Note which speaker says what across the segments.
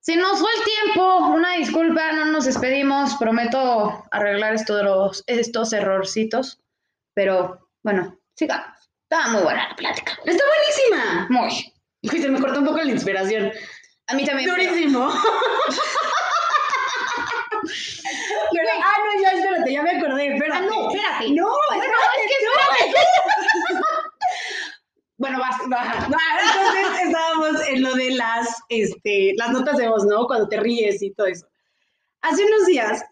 Speaker 1: Se nos fue el tiempo, una disculpa, no nos despedimos, prometo arreglar estos, estos errorcitos, pero bueno, sigamos. Estaba muy buena la plática.
Speaker 2: ¡Está buenísima!
Speaker 1: Muy.
Speaker 2: Uy, se me cortó un poco la inspiración.
Speaker 1: A mí también. pero-
Speaker 2: Durísimo. Pero- ah, no, ya, espérate, ya me acordé, espérate.
Speaker 1: Ah, no, espérate.
Speaker 2: No,
Speaker 1: Bueno,
Speaker 2: espérate,
Speaker 1: es que
Speaker 2: no.
Speaker 1: Bueno, vas, vas.
Speaker 2: Va, Entonces estábamos en lo de las, este, las notas de voz, ¿no? Cuando te ríes y todo eso. Hace unos días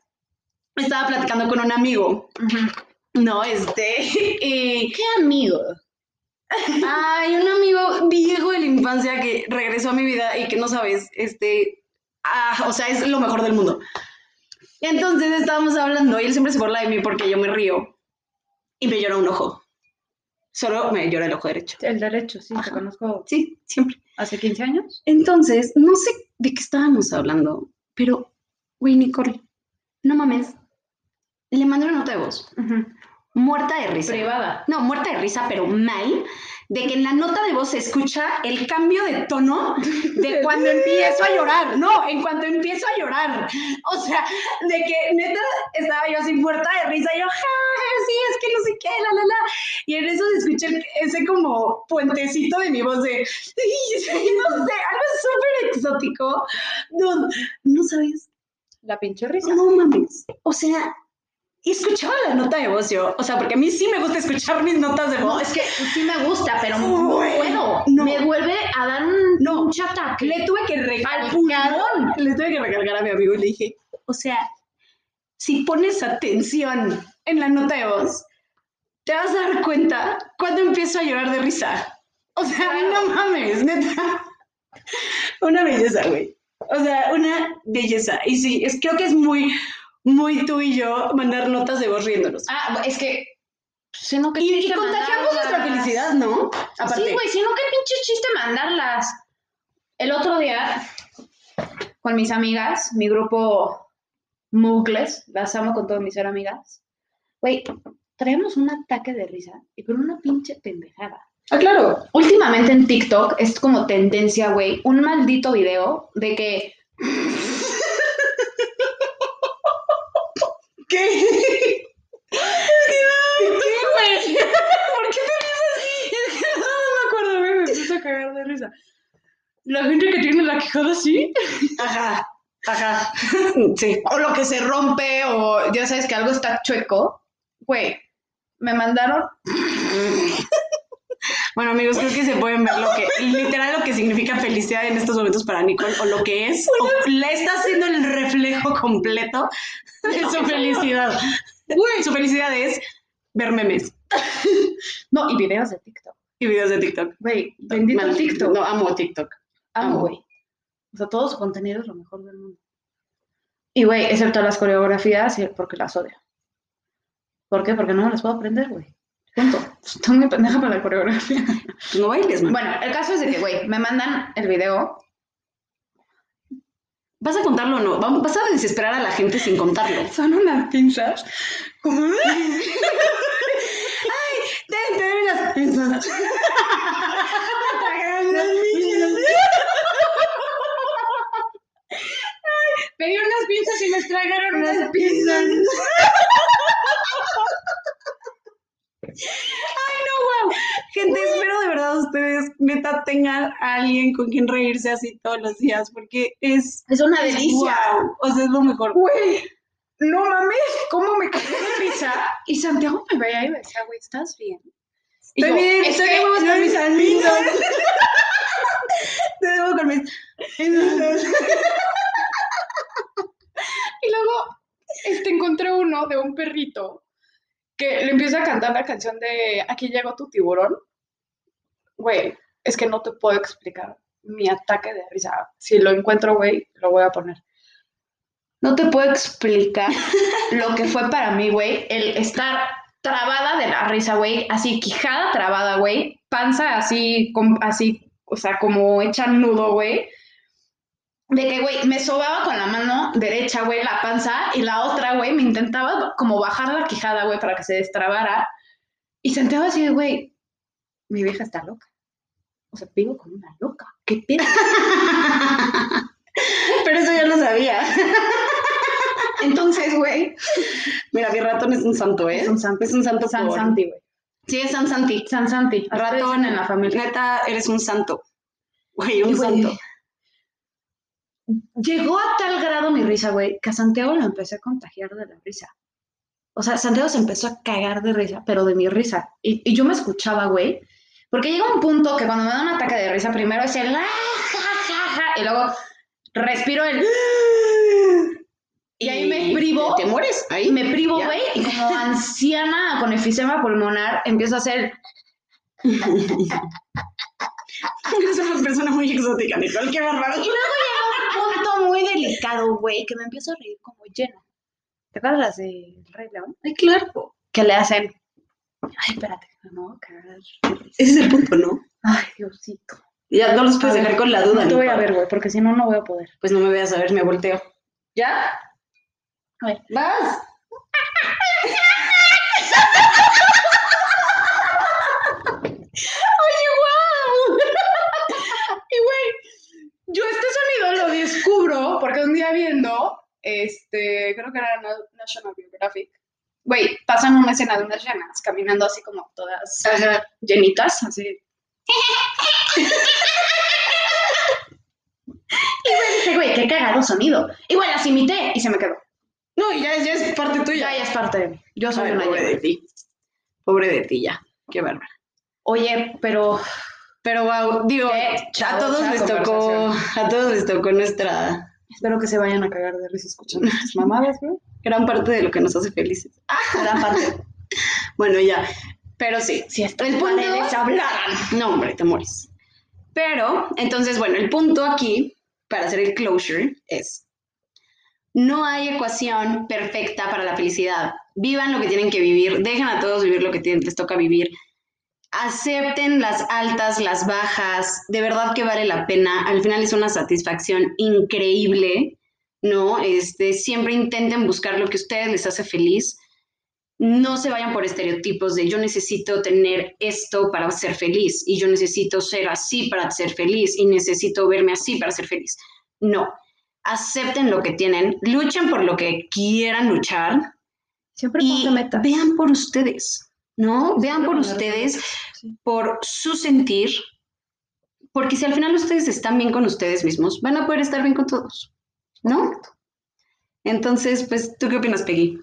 Speaker 2: estaba platicando con un amigo,
Speaker 1: Ujú.
Speaker 2: ¿no? Este, y
Speaker 1: ¿Qué amigo?
Speaker 2: hay un amigo viejo de la infancia que regresó a mi vida y que no sabes, este, ah, o sea, es lo mejor del mundo. Entonces estábamos hablando y él siempre se burla de mí porque yo me río y me llora un ojo. Solo me llora el ojo derecho.
Speaker 1: El derecho, sí, te
Speaker 2: Ajá.
Speaker 1: conozco
Speaker 2: Sí, siempre.
Speaker 1: hace 15 años.
Speaker 2: Entonces, no sé de qué estábamos hablando, pero, güey, Nicole, no mames. Le mandé una nota de voz, muerta de risa.
Speaker 1: Privada.
Speaker 2: No, muerta de risa, pero mal, de que en la nota de voz se escucha el cambio de tono de cuando empiezo a llorar. No, en cuanto empiezo a llorar. O sea, de que neta estaba yo así muerta de risa, yo, ja, ja, sí, es que no sé qué, la, la, la. Y en eso se escucha el- ese como puentecito de mi voz de, "Ay, sí, no sé, algo súper exótico. No, no sabes,
Speaker 1: La pinche risa.
Speaker 2: no mames. O sea, escuchaba la nota de voz yo. O sea, porque a mí sí me gusta escuchar mis notas de voz.
Speaker 1: No, es que sí me gusta, pero no
Speaker 2: Uy,
Speaker 1: puedo.
Speaker 2: no.
Speaker 1: Me vuelve a dar un
Speaker 2: No.
Speaker 1: pinche ataque.
Speaker 2: Le tuve que
Speaker 1: Al
Speaker 2: recargar.
Speaker 1: pulmón.
Speaker 2: Le tuve que recargar a mi amigo y le dije, o sea, si pones atención en la nota de voz, te vas a dar cuenta cuando empiezo a llorar de risa. O sea,
Speaker 1: Claro.
Speaker 2: no mames, neta. Una belleza, güey. O sea, una belleza. Y sí, es, creo que es muy, muy tú y yo mandar notas de voz riéndonos.
Speaker 1: Ah, es que. pues, Si no, qué
Speaker 2: Y, y
Speaker 1: chiste
Speaker 2: contagiamos
Speaker 1: mandarlas.
Speaker 2: nuestra felicidad, ¿no? Aparte.
Speaker 1: Sí, güey, si no, qué pinche chiste mandarlas. El otro día, con mis amigas, mi grupo Mugles, las amo con todo mi ser amigas. Güey, traemos un ataque de risa y por una pinche pendejada.
Speaker 2: Ah, claro.
Speaker 1: Últimamente en TikTok es como tendencia, güey, un maldito video de que
Speaker 2: ¿Qué? ¿Qué, güey? ¿Por qué te ríes así? Es que no me acuerdo, güey, me puse a cagar de risa. La gente que tiene la quejada así. Ajá, ajá. Sí.
Speaker 1: o lo que se rompe o ya sabes que algo está chueco, güey, me mandaron
Speaker 2: Bueno, amigos, creo que se pueden ver lo que, literal, lo que significa felicidad en estos momentos para Nicole, o lo que es, o le está haciendo el reflejo completo de su felicidad. Su felicidad es ver memes
Speaker 1: no y videos de TikTok,
Speaker 2: y videos de TikTok.
Speaker 1: güey, bendito
Speaker 2: Man,
Speaker 1: TikTok,
Speaker 2: No, amo TikTok.
Speaker 1: amo,
Speaker 2: amo.
Speaker 1: güey, o sea, todo su contenido es lo mejor del mundo. Y güey, excepto las coreografías, sí, porque las odio. ¿Por qué? Porque no me las puedo aprender, güey. Punto. Estoy muy pendeja para la coreografía.
Speaker 2: No bailes, man.
Speaker 1: Bueno, el caso es de que, güey, me mandan el video
Speaker 2: ¿Vas a contarlo o no? Vam- ¿Vas a desesperar a la gente sin contarlo?
Speaker 1: Son unas pinzas.
Speaker 2: Como... ¡Ay! ¡Te te doy las pinzas! Las pinzas.
Speaker 1: Pedí unas pinzas y me tragaron
Speaker 2: Las pinzas. ¡Ay, no, wow! Gente, espero de verdad ustedes, neta, tengan a alguien con quien reírse así todos los días, porque es...
Speaker 1: Es una
Speaker 2: es
Speaker 1: delicia.
Speaker 2: guau, o sea, es lo mejor.
Speaker 1: Güey, no mames, cómo me caí de risa. Y Santiago me veía y me decía, güey, ¿estás bien? Y yo,
Speaker 2: bien,
Speaker 1: "Es
Speaker 2: estoy
Speaker 1: que
Speaker 2: bien con
Speaker 1: no
Speaker 2: mis
Speaker 1: es-
Speaker 2: amigos. Te debo con mis amigos.
Speaker 1: Y luego este, encontré uno de un perrito que le empieza a cantar la canción de Aquí llegó tu tiburón. Güey, es que no te puedo explicar mi ataque de risa. Si lo encuentro, güey, lo voy a poner. No te puedo explicar lo que fue para mí, güey, el estar trabada de la risa, güey, así quijada trabada, güey, panza así, com- así, o sea, como hecha nudo, güey. De que, güey, me sobaba con la mano derecha, güey, la panza y la otra, güey, me intentaba como bajar la quijada, güey, para que se destrabara. Y Santiago así, de, güey, mi vieja está loca. O sea, vivo con una loca. ¿Qué pedo?
Speaker 2: sea, que ratón es un santo, ¿eh?
Speaker 1: Es un santo.
Speaker 2: Es un santo
Speaker 1: San
Speaker 2: por-
Speaker 1: Santi, güey.
Speaker 2: Sí, es San Santi.
Speaker 1: San Santi. así le
Speaker 2: Ratón.
Speaker 1: dicen en la familia.
Speaker 2: Neta, eres un santo. Güey, un
Speaker 1: Güey.
Speaker 2: santo.
Speaker 1: Llegó a tal grado mi risa, güey, que a Santiago lo empecé a contagiar de la risa. O sea, Santiago se empezó a cagar de risa, pero de mi risa. Y, y yo me escuchaba, güey. Porque llega un punto que cuando me da un ataque de risa, primero es el... "Ah, ja, ja, ja", y luego respiro el... Y ahí me privo.
Speaker 2: Te mueres. Ahí.
Speaker 1: Me privo,
Speaker 2: Ya.
Speaker 1: güey, y como anciana con efisema pulmonar, empiezo a hacer...
Speaker 2: Es una persona muy exótica, Nicole. Qué bárbaro.
Speaker 1: un punto muy delicado, güey, que me empiezo a reír como llena. ¿Te acuerdas de Rey León?
Speaker 2: Ay, claro.
Speaker 1: Que le hacen. Ay, espérate, no, cagar.
Speaker 2: Ese es el punto, ¿no?
Speaker 1: Ay, Diosito.
Speaker 2: Ya no los puedes
Speaker 1: A ver,
Speaker 2: dejar con la duda.
Speaker 1: No te voy a
Speaker 2: Nicole.
Speaker 1: ver, güey, porque si no, no voy a poder.
Speaker 2: Pues no me veas a ver, me volteo. ¿Ya?
Speaker 1: A ver.
Speaker 2: ¿Vas?
Speaker 3: ¡Guau! y güey, yo este sonido lo descubro porque un día viendo, este, creo que era Na- National Geographic, güey, pasan una escena de unas llenas caminando así como todas llenitas, así.
Speaker 1: Dije, güey, qué cagado sonido. Y güey, las imité y se me quedó.
Speaker 2: No, ya, es- ya es parte tuya.
Speaker 1: Ya, ya es parte de mí. Yo soy
Speaker 2: Ay,
Speaker 1: una
Speaker 2: pobre
Speaker 1: llena.
Speaker 2: de ti. Pobre de ti, ya. Qué bárbaro.
Speaker 1: Oye, pero
Speaker 2: Pero wow, digo,
Speaker 1: Qué
Speaker 2: a todos
Speaker 1: chavosa
Speaker 2: les tocó, a todos les tocó nuestra
Speaker 1: espero que se vayan a cagar de risa escuchando estas mamadas, güey.
Speaker 2: gran parte de lo que nos hace felices.
Speaker 1: Gran parte.
Speaker 2: Bueno, ya. Pero sí.
Speaker 1: Si estas
Speaker 2: El punto-
Speaker 1: paredes hablaran.
Speaker 2: No, hombre, te mueres. Pero, entonces, bueno, el punto aquí para hacer el closure es, no hay ecuación perfecta para la felicidad. Vivan lo que tienen que vivir, dejen a todos vivir lo que tienen- les toca vivir. Acepten las altas, las bajas, de verdad que vale la pena. Al final es una satisfacción increíble, ¿no? Este, siempre intenten buscar lo que a ustedes les hace feliz no se vayan por estereotipos de yo necesito tener esto para ser feliz y yo necesito ser así para ser feliz y necesito verme así para ser feliz. No, acepten lo que tienen, luchen por lo que quieran luchar
Speaker 1: Siempre
Speaker 2: y
Speaker 1: ponte meta.
Speaker 2: vean por ustedes, ¿no? Vean por
Speaker 1: ponerte
Speaker 2: ustedes,
Speaker 1: sí.
Speaker 2: por su sentir, porque si al final ustedes están bien con ustedes mismos, van a poder estar bien con todos, ¿no? Entonces, pues, ¿tú qué opinas, Peggy?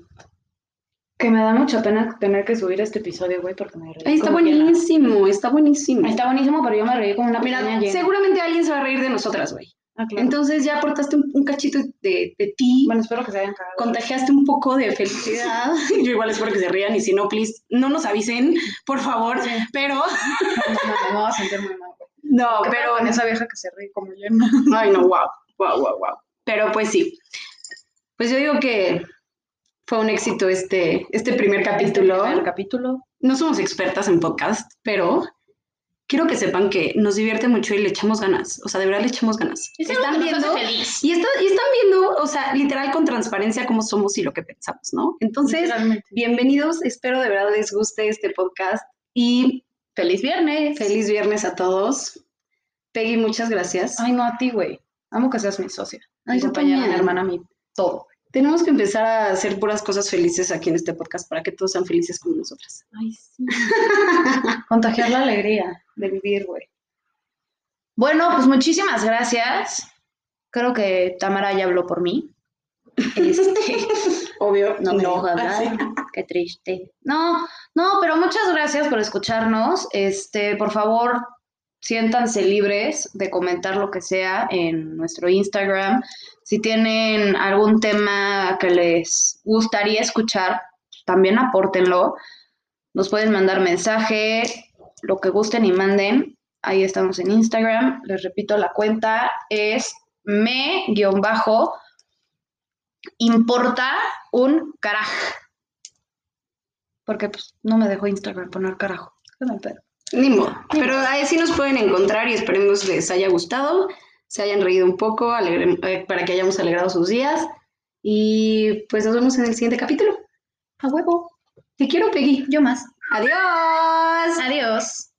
Speaker 1: Que me da mucha pena tener que subir este episodio, güey, porque me reí.
Speaker 2: Ay, está
Speaker 1: como que nada.
Speaker 2: buenísimo, está buenísimo.
Speaker 1: Está buenísimo, pero yo me reí como una
Speaker 2: Mira,
Speaker 1: pequeña llena.
Speaker 2: seguramente alguien se va a reír de nosotras, güey.
Speaker 1: Ah, claro.
Speaker 2: Entonces ya aportaste un, un cachito de, de ti,
Speaker 1: bueno, espero que se hayan cagado.
Speaker 2: contagiaste un poco de felicidad. Yo igual espero que se rían y si no, please, no nos avisen, por favor.
Speaker 1: Sí.
Speaker 2: Pero,
Speaker 1: No, no, no, me voy a sentir muy mal, güey.
Speaker 2: no,
Speaker 1: Pero en esa vieja que se ríe como yo, ¿no?
Speaker 2: Ay, no, wow, wow, wow, wow. Pero pues sí, pues yo digo que fue un éxito este, este primer capítulo.
Speaker 1: El capítulo.
Speaker 2: No somos expertas en podcast, pero quiero que sepan que nos divierte mucho y le echamos ganas. O sea, de verdad le echamos ganas. Están viendo
Speaker 1: feliz.
Speaker 2: Y, está- y están viendo, o sea, literal con transparencia cómo somos y lo que pensamos, ¿no? Entonces, bienvenidos, espero de verdad les guste este podcast y
Speaker 1: Feliz viernes.
Speaker 2: feliz viernes a todos. Peggy, muchas gracias.
Speaker 1: Ay, no, a ti, güey. Amo que seas mi socia.
Speaker 2: Ay,
Speaker 1: mi
Speaker 2: yo
Speaker 1: compañera, mi
Speaker 2: también.
Speaker 1: hermana, mi todo.
Speaker 2: Tenemos que empezar a hacer puras cosas felices aquí en este podcast para que todos sean felices como nosotras.
Speaker 1: Ay, sí. Contagiar la alegría de vivir, güey. Bueno, pues muchísimas gracias. Creo que Tamara ya habló por mí. Este,
Speaker 2: Obvio,
Speaker 1: no me dejó
Speaker 2: Ah,
Speaker 1: hablar.
Speaker 2: sí.
Speaker 1: Qué triste. No, no, pero muchas gracias por escucharnos. Este, por favor, siéntanse libres de comentar lo que sea en nuestro Instagram. Si tienen algún tema que les gustaría escuchar, también apórtenlo. Nos pueden mandar mensaje, lo que gusten y manden. Ahí estamos en Instagram. Les repito, la cuenta es me-bajo importa un carajo. Porque pues, no me dejó Instagram poner carajo. Qué mal pedo.
Speaker 2: Ni modo. Pero ahí sí nos pueden encontrar y esperemos les haya gustado, se hayan reído un poco, alegre- eh, para que hayamos alegrado sus días. Y pues nos vemos en el siguiente capítulo.
Speaker 1: A huevo.
Speaker 2: Te quiero, Peggy.
Speaker 1: Yo más.
Speaker 2: Adiós.
Speaker 1: Adiós.